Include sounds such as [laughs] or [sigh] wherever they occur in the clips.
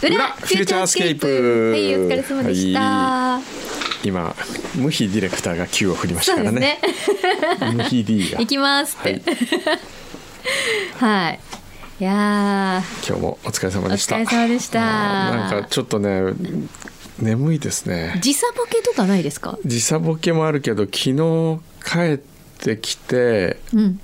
フューチャースケープはいお疲れ様でした、は今ムヒディレクターが球を振りましそたうかでらすねねムヒ D が行きますってはい、い、や今日もお疲れ様でしたお疲れ様でしたあーなんかちょっとね眠いですねー時差ボケとかないですか時差ボケもあるけど昨日帰ってきてうん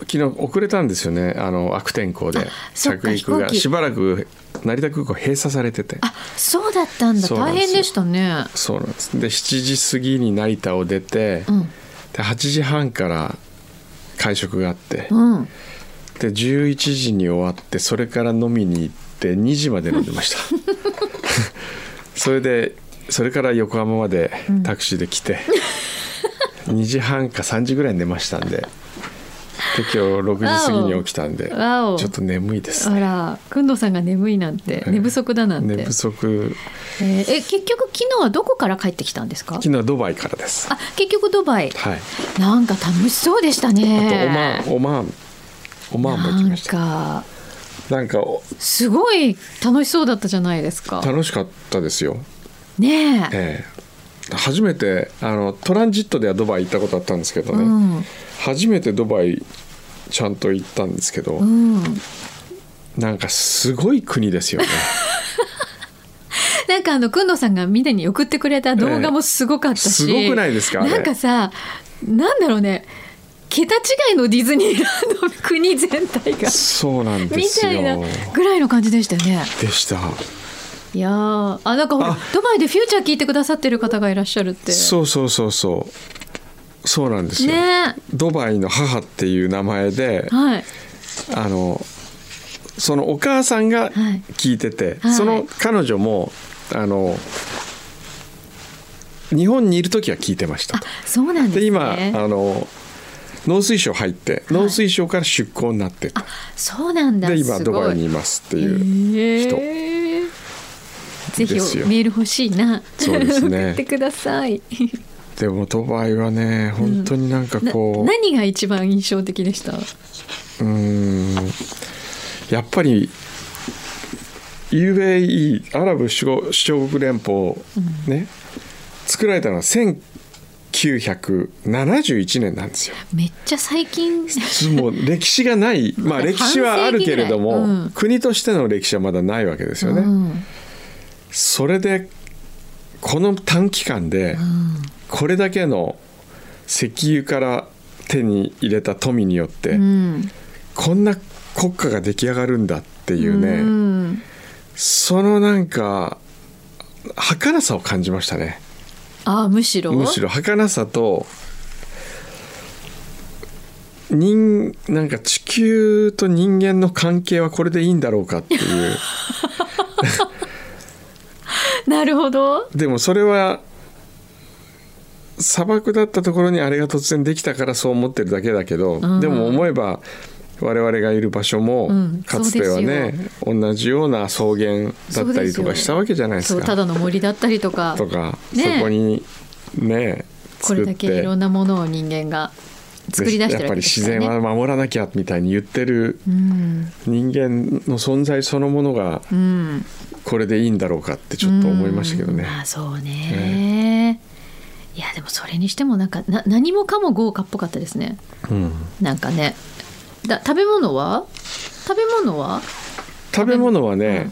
昨日遅れたんですよねあの悪天候でそっか着陸飛行が機しばらく成田空港閉鎖されててあそうだったんだそうなん大ですよ変でしたねそうなんですで7時過ぎに成田を出て、うんで8時半から会食があって、うんで11時に終わってそれから飲みに行って2時まで飲んでました [laughs] それでそれから横浜までタクシーで来て、2時半か3時ぐらいに寝ましたんでで今日6時過ぎに起きたんでちわおょっと眠いですあらくんどさんが眠いなんてえー寝不足だなんて、寝不足えーえ結局昨日はどこから帰ってきたんですか昨日はドバイからですあ結局ドバイはいなんか楽しそうでしたあとねオマーンオマーンオマーンも行きましたなんかなんかおすごい楽しそうだったじゃないですか楽しかったですよねえええ初めてあのトランジットではドバイ行ったことあったんですけどね、うん初めてドバイちゃんと行ったんですけど、うんなんかすごい国です [laughs] よねなんかあのくんどさんがみんなに送ってくれた動画もすごかったし、ええすごくないですかあれなんかさなんだろうね桁違いのディズニーランドの国全体がそうなんでみすたいなよぐらいの感じでしたよねでしたいやーあなんかほらあドバイでフューチャー聞いてくださってる方がいらっしゃるってそうそうそうそうそうなんですよ、ねドバイの母っていう名前でえはいあのそのお母さんはがい聞いてて、はいその彼女もあの日本にいる時は聞いてましたあとそうなんですでね今あの農水省入って農水省から出向になって、あそうなんだで今すドごバイにいますってへいえう、ぜひですよメール欲しいなそうです [laughs] 送ねってくださいでもドバイはね本当になんかなこう何が一番印象的でしたうーんやっぱり UAE アラブ首長国連邦ね、作られたのは1971年な [laughs] んですよ。めっちゃ最近もう歴史がない、まあ、半世紀歴史はあるけれどぐも、らいうん国としての歴史はまだないわけですよね。うんそれでこの短期間でこれだけの石油から手に入れた富によって、うんこんな国家が出来上がるんだっていうね、うんそのなんか儚さを感じましたねあむしろむしろ儚さと人なんか地球と人間の関係はこれでいいんだろうかっていうなるほどでもそれは砂漠だったところにあれが突然できたからそう思ってるだけだけど、んでも思えば我々がいる場所もうんかつてはね、同じような草原だったりとかしたわけじゃないですそうか。ただの森だったりとかとか、ねそこにねこ作れってだけいろんなものを人間が作り出してやるっぱわりけで自すから然ねは守らなきゃみたいに言ってるうん人間の存在そのものがうんこれでいいんだろうかってちょっと思いましたけどねうん。まあそうね、いやでもそれにしてもなんかな何もかも豪華っぽかったですねうんなんかねだ食べ物は食べ物は食べ物はね、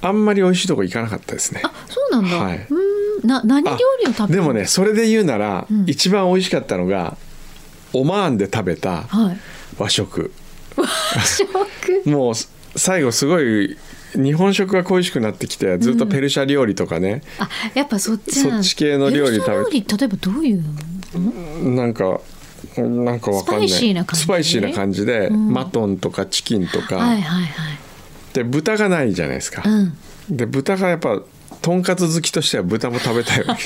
あんまり美味しいとこ行かなかったですね。あそうなんだ、はいうーんな何料理を食べでもねそれで言うなら、うん一番美味しかったのがオマーンで食べたはい [laughs] 和食。ショックもう最後すごい日本食が恋しくなってきてずっとペルシャ料理とかね、あやっぱそっちなんそっち系の料ペ理食べルシャ料理例えばどういうなんかなんかわかんないスパイシーな感じスパイシーな感じで、んマトンとかチキンとか、はいはいはいで豚がないじゃないですか、うんで豚がやっぱとんかつ好きとしては豚も食べたいわけ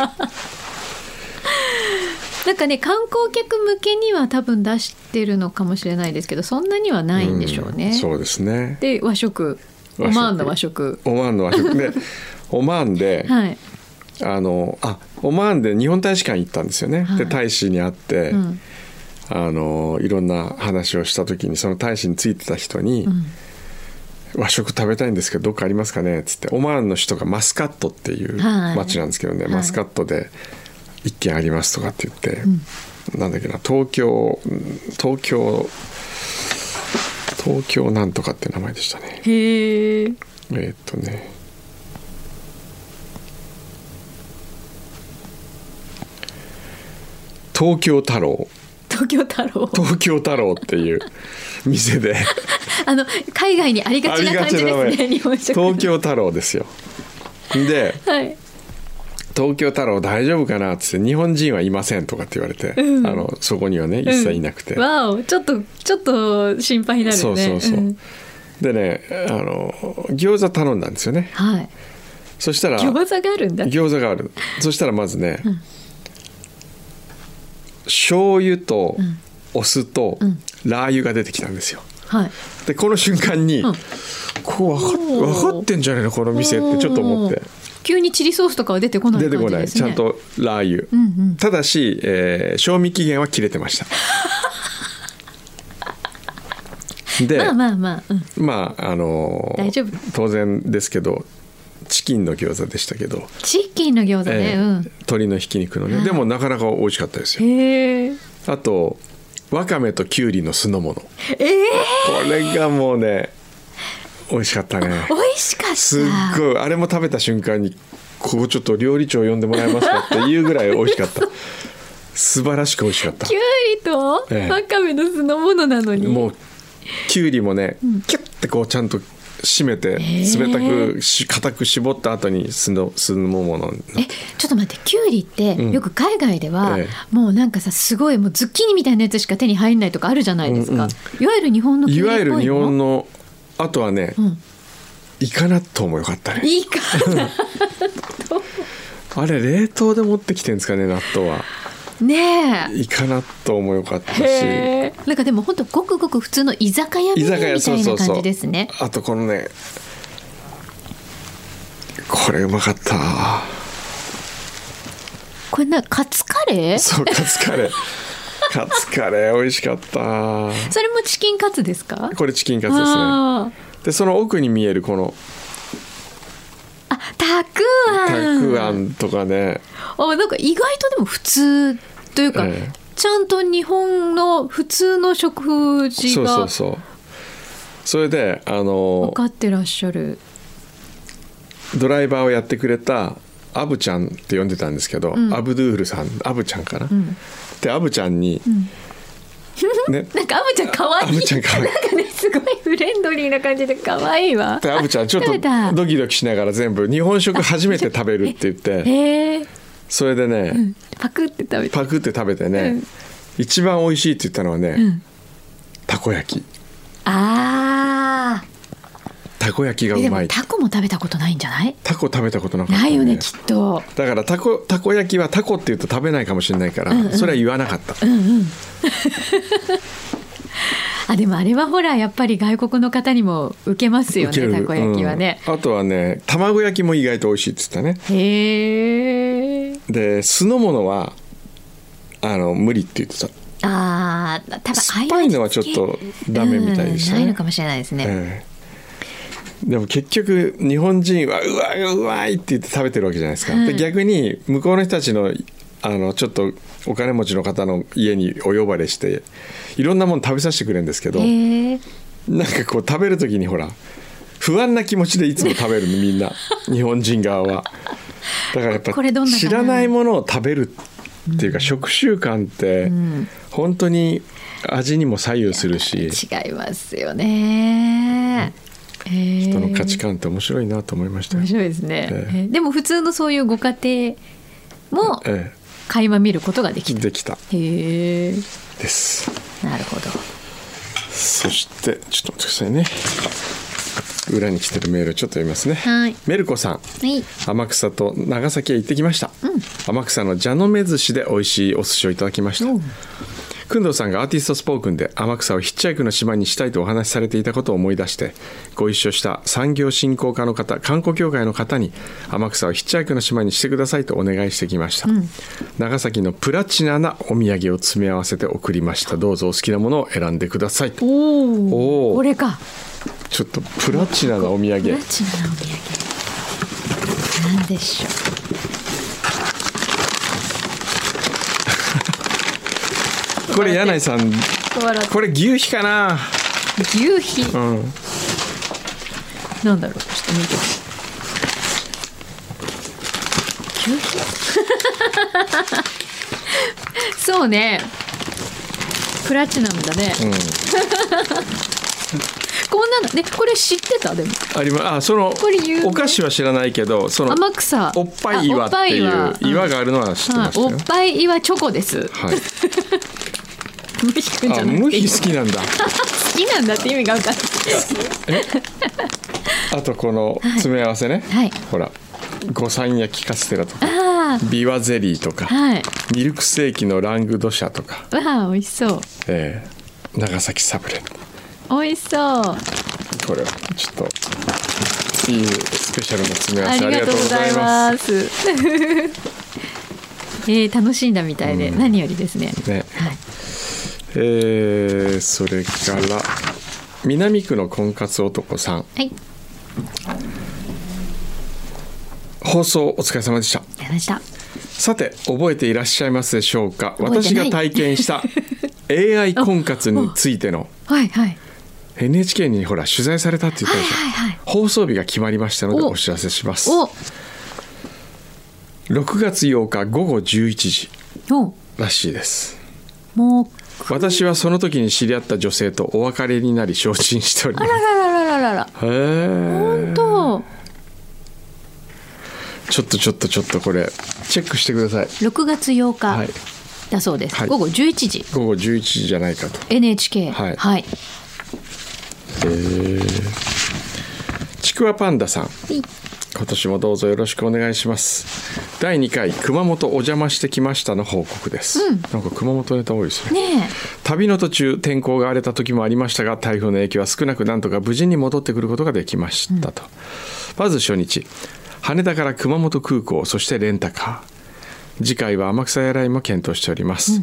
なんかね観光客向けには多分出してるのかもしれないですけどそんなには [laughs] ないんでしょうね、んそうですねで和食オ和食マーンの和食オマーンの和 [laughs] 食でオマーンで、はいあのあオマーンで日本大使館行ったんですよね、はいで大使に会って、うんあのいろんな話をした時にその大使についてた人に、和食食べたいんですけどどっかありますかね?」っつってオマーンの首都がマスカットっていうはい町なんですけどね、はいマスカットで一軒ありますとかって言って、なんだっけな東京東京東京なんとかって名前でしたねへええーっとね東京太郎東京太郎東京太郎っていう店 [laughs] であの海外にありがちな感じですありがちなねね日本食東京太郎ですよではい東京太郎大丈夫かなっつって日本人はいませんとかって言われて、うんあのそこにはね一切いなくて、うんわおちょっとちょっと心配になるねそうそうそう、んでねあの餃子頼んだんですよねはいそしたら餃子があるんだ餃子があるそしたらまずね、醤油とんお酢とうんラー油が出てきたんですよはいでこの瞬間に、うんこう分かっ分かってんじゃないのこの店ってちょっと思っておー急にチリソースとかは出てこない出感じてです、ね、こない、ちゃんとラー油、うんうんただし、えー賞味期限は切れてま [laughs] したでまあまあまあ、うん、まああのー大丈夫当然ですけどチキンの餃子でしたけど、チキンの餃子ね、ええ鶏のひき肉のね、はいでもなかなか美味しかったでうすんよへえあとわかめときゅうりの酢の物こええれがもうね美味しかったね美味しかったすっごいあれも食べた瞬間にここちょっと料理長呼んでもらえますかっていうぐらい美味しかった素晴らしく美味しかったきゅうりとわええかめの酢の物なのに、もうきゅうりもね、キュッてこうちゃんと締めてー冷たくし硬く絞った後に酢の酢のもののえちょっと待ってきゅうりってんよく海外では、えもうなんかさすごいもうズッキーニみたいなやつしか手に入んないとかあるじゃないですか、うんいわゆる日本のきいゅうりっわゆるぽい日本ののあとはね、んイカ納豆も良かったねいいかなあれ冷凍で持ってきてんですかね納豆はねえイカ納豆も良かったしへえなんかでも本当ごくごく普通の居酒屋メ居ニュ酒ー屋みたそういそなうそ感うじですねあとこのねこれうまかったこれなカツカレーそうカツカ [laughs] レーカツカレー美味しかったそれもチキンカツですかこれチキンカツですねあでその奥に見えるこのーあたくあたんくあんとかね、あなんか意外とでも普通というか、ええちゃんと日本の普通の食事そうそがうそうそれであの分かってらっしゃるドライバーをやってくれたアブちゃんって呼んでたんですけど、んアブドゥールさんアブちゃんかな、んでアブちゃんに、 [laughs] ねなんかアブちゃん可愛アいブちゃん可愛いなんかねすごいフレンドリーな感じで可愛い [laughs] わでアブちゃんちょっ食べたとドキドキしながら全部日本食初めて食べるって言ってへえそれでね、パクって食べてパクって食べてね、うん一番美味しいって言ったのはね、んたこ焼きあーたこ焼きがえでうまもいタコも食べたことないんじゃないタコ食べたことなかったないよねねきっとだからたこたこ焼きはタコって言うと食べないかもしれないから、それは言わなかった、あでもあれはほらやっぱり外国の方にも受けますよウケねるたこ焼きはね、うんあとはね卵焼きも意外と美味しいって言ってたねへえで酢の物はあの無理って言ってたあー多分酸っぱいのはちょっとダメみたいでしたね、うんないのかもしれないですね、ええでも結局日本人はうわうわいって言って食べてるわけじゃないですか、うんで逆に向こうの人たちのあのちょっとお金持ちの方の家にお呼ばれしていろんなもの食べさせてくれるんですけど、へえなんかこう食べる時にほら不安な気持ちでいつも食べるのみん [laughs] な日本人側はだからやっぱこれどんなかな知らないものを食べるっていうか、食習慣って本当に味にも左右するし、違いますよね、へえ人の価値観って面白いなと思いましたよ面白いですね、ええでも普通のそういうご家庭もえ垣間見ることがでえ、きたできたへえですなるほどそしてちょっと待ってくださいね裏に来てるメールちょっと読みますね、はいメルコさんはい天草と長崎へ行ってきました、天草の蛇の目寿司で美味しいお寿司をいただきましたうん工藤さんがアーティストスポークンで天草をヒッチハイクの島にしたいとお話しされていたことを思い出してご一緒した産業振興課の方観光協会の方に天草をヒッチハイクの島にしてくださいとお願いしてきました、長崎のプラチナなお土産を詰め合わせて送りましたどうぞお好きなものを選んでくださいおーおーこれかちょっとプラチナなお土プ [laughs] ラ産チナのお土産なんでしょうこれ柳井さん笑っこれ牛皮かな牛皮うんなんだろうちょっと見て牛皮 [laughs] そうねプラチナムだね、うん [laughs] こんなのねこれ知ってたでもありまあそのこれ有名お菓子は知らないけどその天草おっぱい岩っていあおっうぱい岩岩があるのは知ってましたはい、よおっぱい岩チョコですはい無比くんじあゃなく無て比好きなん [laughs] だ好きなんだって意味が分かんないあとこの詰め合わせね、はいほら五三焼きカステラとかあビワゼリーとかあはいミルクセーキのラングドシャとか、わあ美味しそうえー長崎サブレ美味しそうこれはちょっといいスペシャルな詰め合わあせありりががととうごうござざいいまます。 [laughs] えー、楽しんだみたいで、うん何よりですね。す。ねはい。えーそれから南区の婚活男さんはい。放送お疲れ様でしたやりました。さて覚えていらっしゃいますでしょうか覚えて私ないが体験した AI 婚活についてのはいはい。 NHK にほら取材されたって言っはたいでしょはいはい。放送日が決まりましたのでおお知らせしますお、 6月8日午後11時お、らしいですもう。私はその時に知り合った女性とお別れになり昇進しておりまあららららららら。すへえ本当。ちょっとちょっとちょっとこれチェックしてください六月八は日いだそうです。はい午後十一時。午後11時じゃないかと NHK。はいはい。ちくわパンダさんい今年もどうぞよろしくお願いします第2回熊本お邪魔してきましたの報告です、なんか熊本ネタ多いですねね旅の途中天候が荒れた時もありましたが台風の影響は少なくなんとか無事に戻ってくることができましたと、まず初日羽田から熊本空港そしてレンタカー次回は天草やらいも検討しております、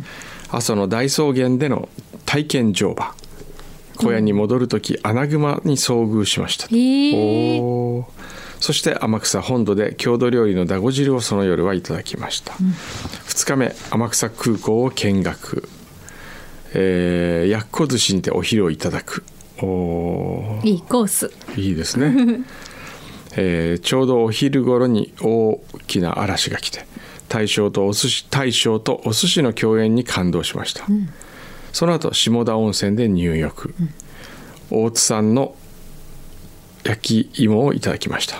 阿蘇の大草原での体験乗馬小屋に戻る時穴熊に遭遇しましたえ。へえ。おーそして天草本土で郷土料理のだご汁をその夜はいただきました、2日目天草空港を見学、えー、やっこ寿司にてお昼をいただくおーいいコース。いいですね、 [laughs] えーちょうどお昼頃に大きな嵐が来て大将とお寿司大将とお寿司の共演に感動しました、その後下田温泉で入浴、大津さんの焼き芋をいただきました、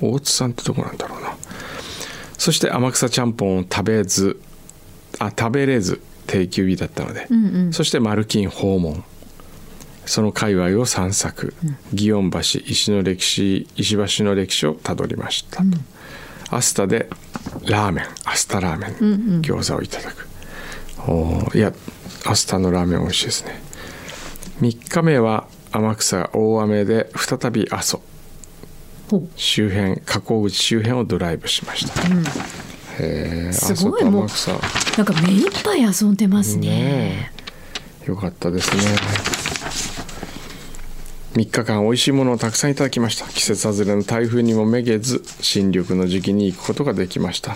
大津さんってどこなんだろうなそして天草ちゃんぽんを食べずあ食べれず定休日だったので、うんうん。そして丸金訪問その界隈を散策、祇園橋石の歴史石橋の歴史をたどりましたと、アスタでラーメンアスタラーメン、餃子をいただくおーいやアスタのラーメン美味しいですね3日目は天草大雨で再び阿蘇ほう周辺河口口周辺をドライブしました、へえす阿蘇ごいともう天草なんか目いっぱい遊んでますね。ねよかったですね3日間美味しいものをたくさんいただきました季節外れの台風にもめげず新緑の時期に行くことができました、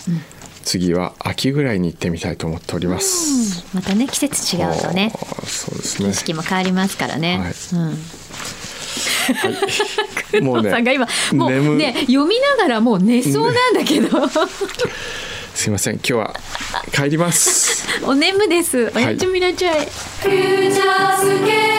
次は秋ぐらいに行ってみたいと思っております、またね季節違うとねあ。ーそうですね景色も変わりますからね。はいうん。 [laughs] もうさんがね今もう眠ね読みながらもう寝そうなんだけ [laughs] どすいません今日は帰りますお眠ですおやちみなちゃい、 「フューチャースケープ」